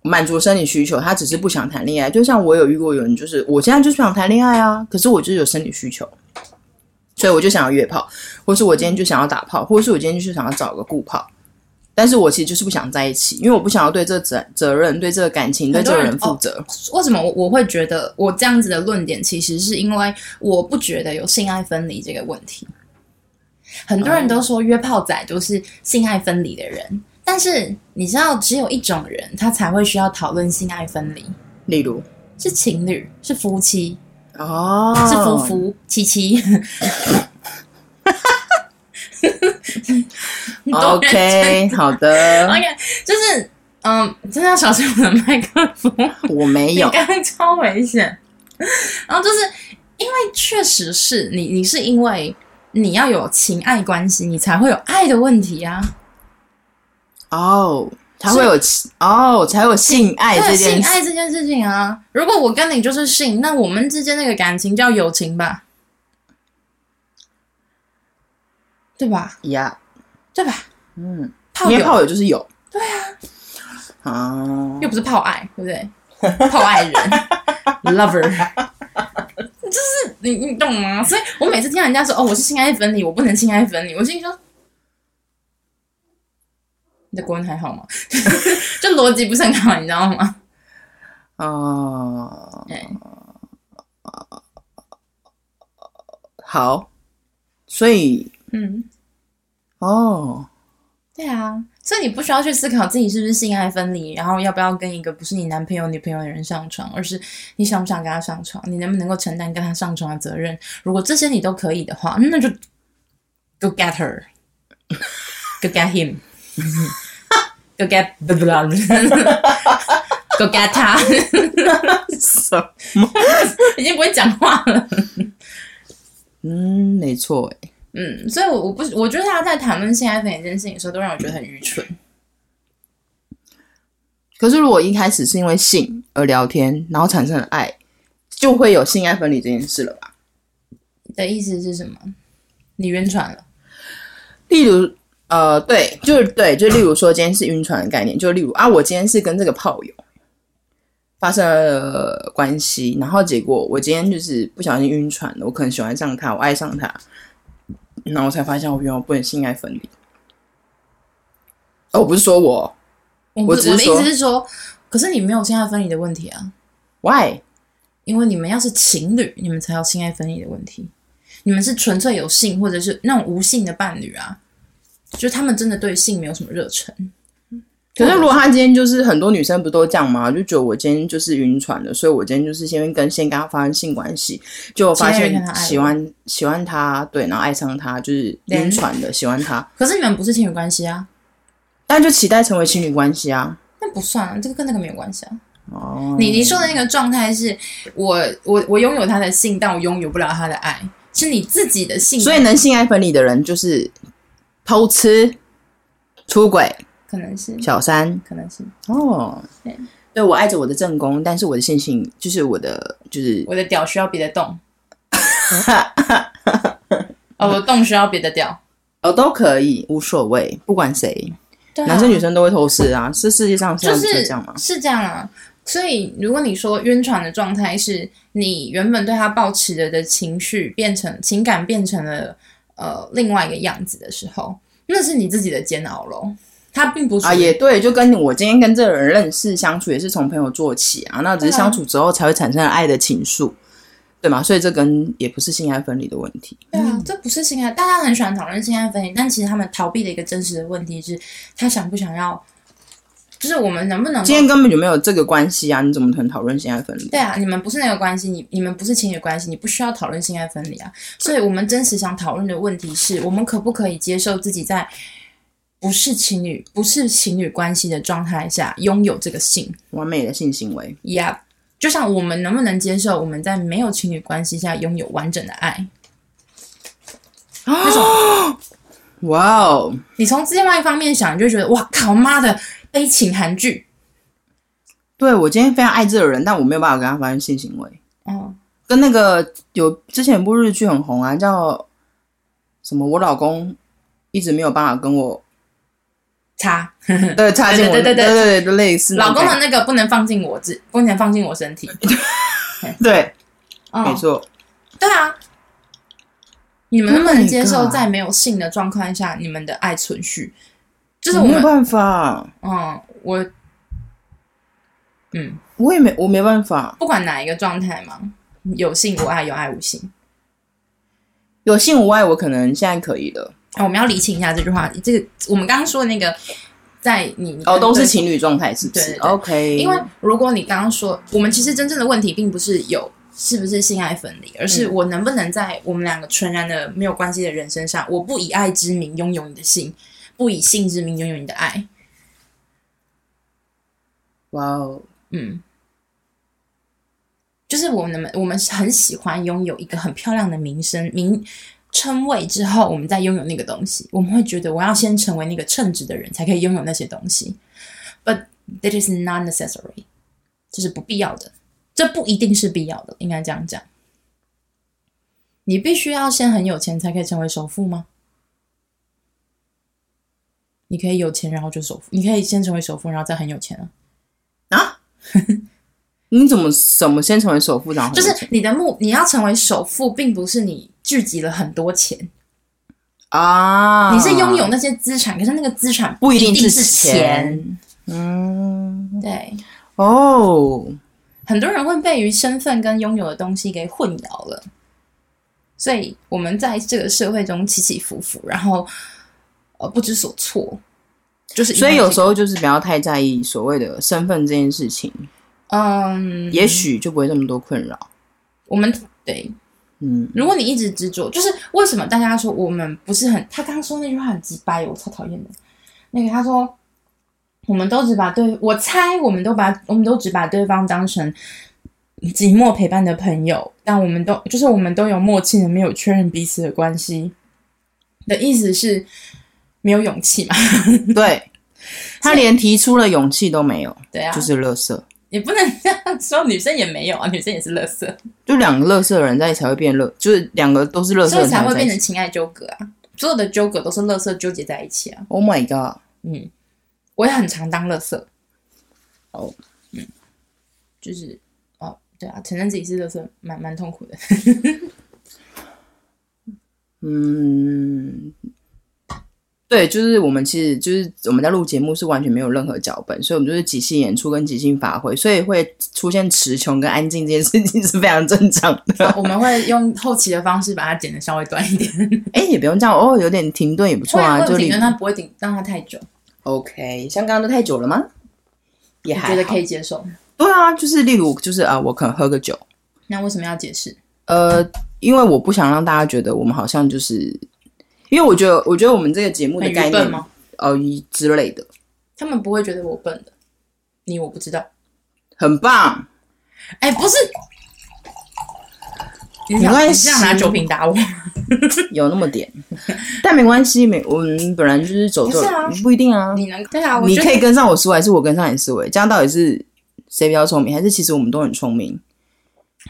满足生理需求，他只是不想谈恋爱。就像我有遇过有人，就是我现在就是想谈恋爱啊，可是我就是有生理需求，所以我就想要约炮，或是我今天就想要打炮，或是我今天就是想要找个顾炮。但是我其实就是不想在一起，因为我不想要对这责责任、对这个感情、对
很
这
多
个
人哦
人负责。
为什么我我会觉得我这样子的论点，其实是因为我不觉得有性爱分离这个问题。很多人都说约炮仔就是性爱分离的人，但是你知道，只有一种人他才会需要讨论性爱分离，
例如，
是情侣，是夫妻，
哦，
是福福七七。 你懂人真
哦 OK，好 的。
OK，就是嗯，真的要小心我的麦克风，
我没
你
有，
刚刚超危险。 然后就是因为确实是你，你是因为你要有情爱关系，你才会有爱的问题啊。
哦，才会有亲哦，才有性爱
对
这
性
件事
爱这件事情啊，如果我跟你就是性，那我们之间那个感情叫友情吧，对吧？
呀。
对吧？
嗯，
炮
因
友
为炮友就是有，对啊，啊，
又不是泡爱，对不对？泡爱人，lover，就是 你你懂吗？所以我每次听到人家说哦，我是性爱分离，我不能性爱分离，我心里说，你的国文还好吗？ 就逻辑不是很好，你知道吗？哎
哦，
对，
好，所以
嗯，
哦，
对啊，所以你不需要去思考自己是不是性爱分离，然后要不要跟一个不是你男朋友、女朋友的人上床，而是你想不想跟他上床，你能不能够承担跟他上床的责任。如果这些你都可以的话，那就 go get her，go get him，go get blah blah blah，go get 他，
什么
已经不会讲话了。
嗯，没错，哎，
嗯，所以我，我不我觉得他在谈论性爱分离这件事情的时候，都让我觉得很愚蠢。
可是如果一开始是因为性而聊天，然后产生了爱，就会有性爱分离这件事了吧？
你的意思是什么？你晕船了？
例如，呃，对，就是对，就例如说，今天是晕船的概念，就例如啊，我今天是跟这个炮友发生了关系，然后结果我今天就是不小心晕船了，我可能喜欢上他，我爱上他，然后我才发现我原来不能性爱分离。哦，我不是说我
我
我
不
只
是我
是
的意
说
思是说，可是你没有性爱分离的问题啊，
why
因为你们要是情侣，你们才有性爱分离的问题。你们是纯粹有性，或者是那种无性的伴侣啊，就是他们真的对性没有什么热忱，
可是如果他今天就是很多女生不都这样吗？就觉得我今天就是晕船了，所以我今天就是先跟先跟他发生性关系，就发
结果跟他爱
现
了
喜欢喜欢他，对，然后爱上他，就是
连
晕船的喜欢 他，
可是你们不是情侣关系啊，
但就期待成为情侣关系啊。
那不算啊，这个跟那个没有关系啊。
哦，
你你说的那个状态是我我我拥有他的性，但我拥有不了他的爱，是你自己的性，
所以能性爱分离的人就是偷吃、出轨、
可能是
小三
可能是
哦
对。
对我爱着我的正宫，但是我的性性就是我的就是
我的屌需要别的 洞，哦，我的洞需要别的屌，
哦都可以无所谓，不管谁。
对啊
男生女生都会偷吃啊，是世界上这
就
样子
是
这样吗？
是这样啊。所以，如果你说晕船的状态是你原本对他抱持着的情绪变成情感变成了呃另外一个样子的时候，那是你自己的煎熬咯。他并不是
啊，也对，就跟我今天跟这个人认识相处，也是从朋友做起啊，那只
对
是
啊
相处之后才会产生爱的情愫，对吗？所以这跟也不是性爱分离的问题。
对啊，这不是性爱，大家很喜欢讨论性爱分离，但其实他们逃避的一个真实的问题是，他想不想要，就是我们能不能够
今天根本就没有这个关系啊，你怎么可能讨论性爱分离？
对啊，你们不是那个关系，你你们不是情侣关系，你不需要讨论性爱分离啊。所以我们真实想讨论的问题是我们可不可以接受自己在不是情侣、不是情侣关系的状态下拥有这个性
完美的性行为，
？Yeah，就像我们能不能接受我们在没有情侣关系下拥有完整的爱？那种
啊哇哦，
你从另外一方面想，你就觉得哇靠妈的悲情韩剧
对我今天非常爱这个人，但我没有办法跟他发生性行为。
哦，
跟那个有之前有部日剧很红啊，叫什么？我老公一直没有办法跟我
差
对，插进我，
对对
对
对对
对对，类似
老
那种
公
感
的那个不能放进我自，不能放进我身体。
觉对，
哦
没错，
对啊，你们能不
Oh
能
my
接受
God
在没有性的状况下，你们的爱存续？就是我
我没有
们，
办法，
嗯，我，嗯，
我也没，我没办法，
不管哪一个状态嘛，有性无爱，有爱无性。
有性无爱，我可能现在可以了。
啊我们要理清一下这句话，这个我们刚刚说的那个，在你
哦，都是情侣状态，是不
对
是
对对
？OK，
因为如果你刚刚说，我们其实真正的问题并不是有是不是性爱分离，而是我能不能在我们两个纯然的没有关系的人身上，我不以爱之名拥有你的性，不以性之名拥有你的爱。
哇哦，
嗯，就是我们我们很喜欢拥有一个很漂亮的名声名称谓之后，我们再拥有那个东西，我们会觉得我要先成为那个称职的人，才可以拥有那些东西。But that is not necessary，这是不必要的，这不一定是必要的，应该这样讲。你必须要先很有钱才可以成为首富吗？你可以有钱，然后就首富。你可以先成为首富，然后再很有钱啊。
啊， 你怎么怎么先成为首富长？
就是你的目，你要成为首富，并不是你聚集了很多钱，
啊，
你是拥有那些资产，可是那个资产
不一
定是
定是
钱。
钱，嗯，
对，
哦，
很多人会被于身份跟拥有的东西给混淆了，所以我们在这个社会中起起伏伏，然后呃不知所措，就是
所以有时
候
候就是不要太在意所谓的身份这件事情，
嗯，
也许就不会这么多困扰。
我们对
嗯，
如果你一直执着，就是为什么大家说我们不是很……他刚刚说那句话很鸡掰，我超讨厌的。那个他说，我们都只把对我猜，我们都把我们都只把对方当成寂寞陪伴的朋友，但我们都就是我们都有默契的，没有确认彼此的关系的意思是没有勇气嘛？
对，他连提出了勇气都没有，
对啊，
就是乐色，
也不能 这样说，女生也没有啊，女 生也是乐色，
就两个乐色人在一起才会变乐，就是两个都是乐色
所以
人
才会
在
变
一
成
起。
情爱纠葛啊。所有的纠葛都是乐色纠结在一起啊。
Oh my god！
嗯，我也很常当乐色。
哦，
嗯，就是哦，对啊，承认自己是乐色，蛮蛮痛苦的。
嗯，对，就是我们其实就是我们在录节目是完全没有任何脚本，所以我们就是即兴演出跟即兴发挥，所以会出现词穷跟安静这件事情是非常正常的。
我们会用后期的方式把它剪得 稍微短一点，
哎，也不用这样哦，有点停顿也不错
会
啊，
会
就
有
理
停顿，它不会停，让它太久。
OK，像刚刚都太久了吗？也还
觉得可
以。
以接受。
对啊，就是例如就是啊、呃我可能喝个酒，
那为什么要解释？
呃，因为我不想让大家觉得我们好像就是，因为我觉得我觉得我们这个节目的
很愚
概
笨
念
吗？
呃一之类的，
他们不会觉得我笨的，你我不知道。
很 棒。
哎，不是，你
没
想
关
你是想拿
系
酒瓶打我？
有那么点，但没关系，没我们本来就是走
不
走，
是啊
不一定啊。
你能对啊？我
你
觉得
可以跟上我思维，还是我跟上你思维？这样到底是谁比较聪明，还是其实我们都很聪明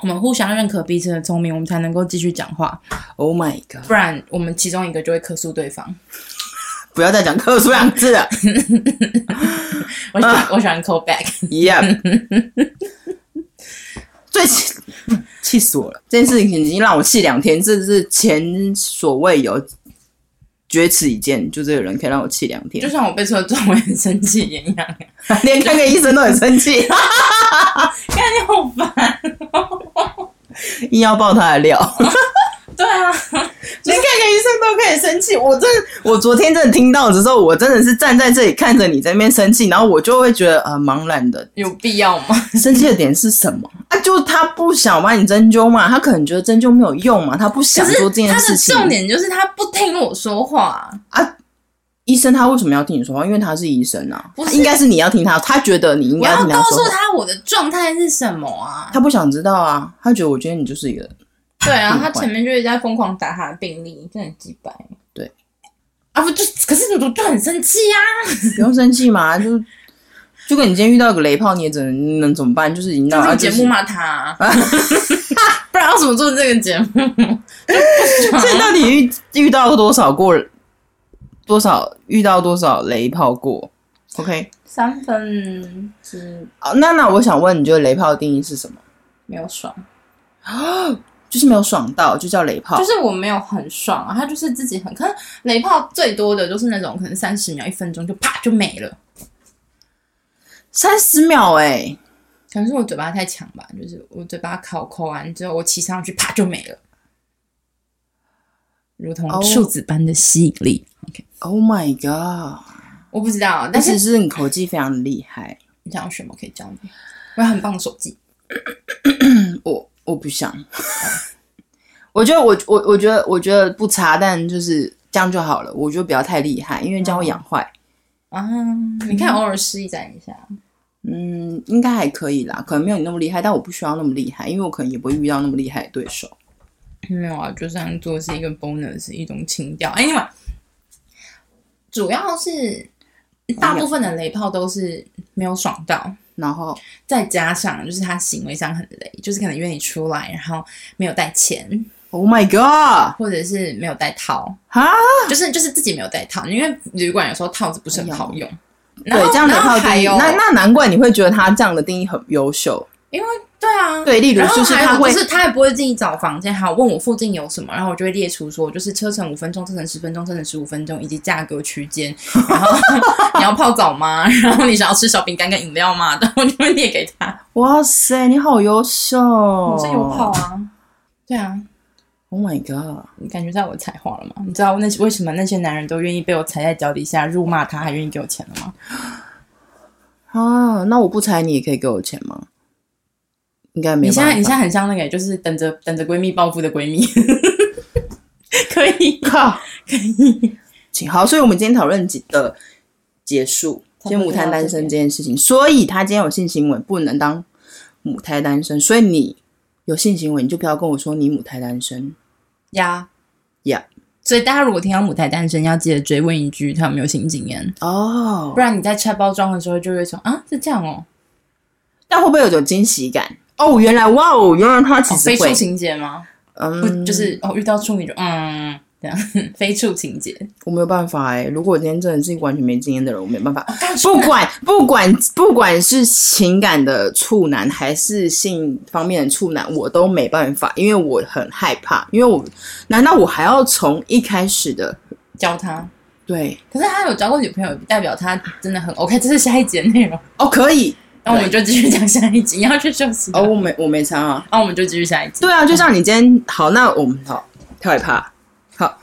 我们互相认可彼此的聪明，我们才能够继续讲话，
？Oh my god！
不然我们其中一个就会客诉对方。
不要再讲特殊两字了。
我喜
嗯
欢我喜欢 call back，
Yep，最气气死我了！这件事情已经让我气两天，这是前所未有，绝此一见。就这个人可以让我气两
就
天，
像我被车撞，我也很生气一样。
连看个医生都很生气，
看你好烦，
硬要爆他的料。
对啊，
连看个医生都可以生气，我真我昨天真的听到的时候，我真的是站在这里看着你在那边生气，然后我就会觉得呃茫然 的，
有必要吗？
生气的点是什么？啊，就他不想帮你针灸嘛，他可能觉得针灸没有用嘛，他不想
可是
做这件
他
事
的
情。
重点就是他不听我说话，啊
医生他为什么要听你说话？因为他是医生啊
不，是
应该是你要听他，他觉得你应
我
该
要
听
告
他说
诉
话。
他我的状态是什么啊？
他不想知道啊，他觉得我觉得你就是一个
对啊，
病
他
患
前面就一直在疯狂打他的病历，真的很鸡掰。
对，
啊不就可是我就很生气啊，
不用生气嘛，就就跟你今天遇到一个雷炮，你也只能能怎么办？就是你
就是
那
你节目？骂他 啊、 不然要怎么做这个节目？
啊 就是这到底遇遇到多少过多少遇到多少雷炮过？OK，
三分之
好，那那我想问，你觉得雷炮的定义是什么？
没有爽，
就是没有爽到，就叫雷炮。
就是我没有很爽啊，他就是自己很，可能雷炮最多的就是那种可能三十秒、一分钟就啪就没了，
三十秒哎、
可能是我嘴巴太强吧，就是我嘴巴烤口完之后，我骑上去啪就没了，如同
哦
数子般的吸引力。
o h Oh my god！
我不知道，但
但
是
只是你口技非常厉害，
你想要什么可以教你？我有很棒的手机，
我我不想。 我觉得我我我觉得我觉得不差，但就是这样就好了。我觉得不要太厉害，因为这样
嗯
会养坏。
啊，你看偶尔施展一下，
嗯，应该还可以啦，可能没有你那么厉害，但我不需要那么厉害，因为我可能也不会遇到那么厉害的对手。
没有啊，就这样做是一个 bonus，一种情调。Anyway，主要是大部分的雷炮都是没有爽到，
然后
再加上就是他行为上很雷，就是可能约你出来，然后没有带钱，
，Oh my god！
或者是没有带套，
哈，
就是就是自己没有带套，因为旅馆有时候套子不是很好用。然
对
后，
这样的
然后
套
还
定义，
有
那那难怪你会觉得他这样的定义很优秀。
因为对啊，
对，例如
然后
就是
还
他
有就
会
是他也不会自己找房间，还有问我附近有什么，然后我就会列出说，就是车程五分钟、车程十分钟、车程十五分钟以及价格区 间。然后你要泡澡吗？ 然后你想要吃小饼干跟饮料吗？ 然后我就会列给他。
哇塞，你好优秀！我
我是有泡啊，对啊，
Oh my god！
你感觉到我的才华了吗？你知道那为什么那些男人都愿意被我踩在脚底下辱骂他，还愿意给我钱了吗？
啊，那我不踩你也可以给我钱吗？应该没
你
有
现
办
在
法。
你现在很像那个，就是等着等着闺蜜报复的闺蜜， 可 以。
靠，请好，所以我们今天讨论几的结束，
差不多
今天母胎单身
到这边
这件事情，所以他今天有性行为不能当母胎单身，所以你有性行为你就不要跟我说你母胎单身，
呀
Yeah
所以大家如果听到母胎单身，要记得追问一句他有没有性经验，
哦
不，然你在拆包装的时候就会说啊是这样哦，
但会不会有种惊喜感？哦，原来哇哦，原来他其
哦
实
非
会，
处情节吗？不
嗯，
就是哦遇到处女就嗯这样非处情节，
我没有办法哎、如果我今天真的是一个完全没经验的人，我没办法
干。
不管不管不管是情感的处男还是性方面的处男，我都没办法，因为我很害怕。因为我难道我还要从一开始的
教他。
对
可是他有交过女朋友，代表他真的很 OK。这是下一节内容，
哦可以
那我们就继续讲下一集。你要去休息了
哦，我没我没差啊。
那我们就继续下一集。
对啊，就像你今天好，那我们好太害怕好。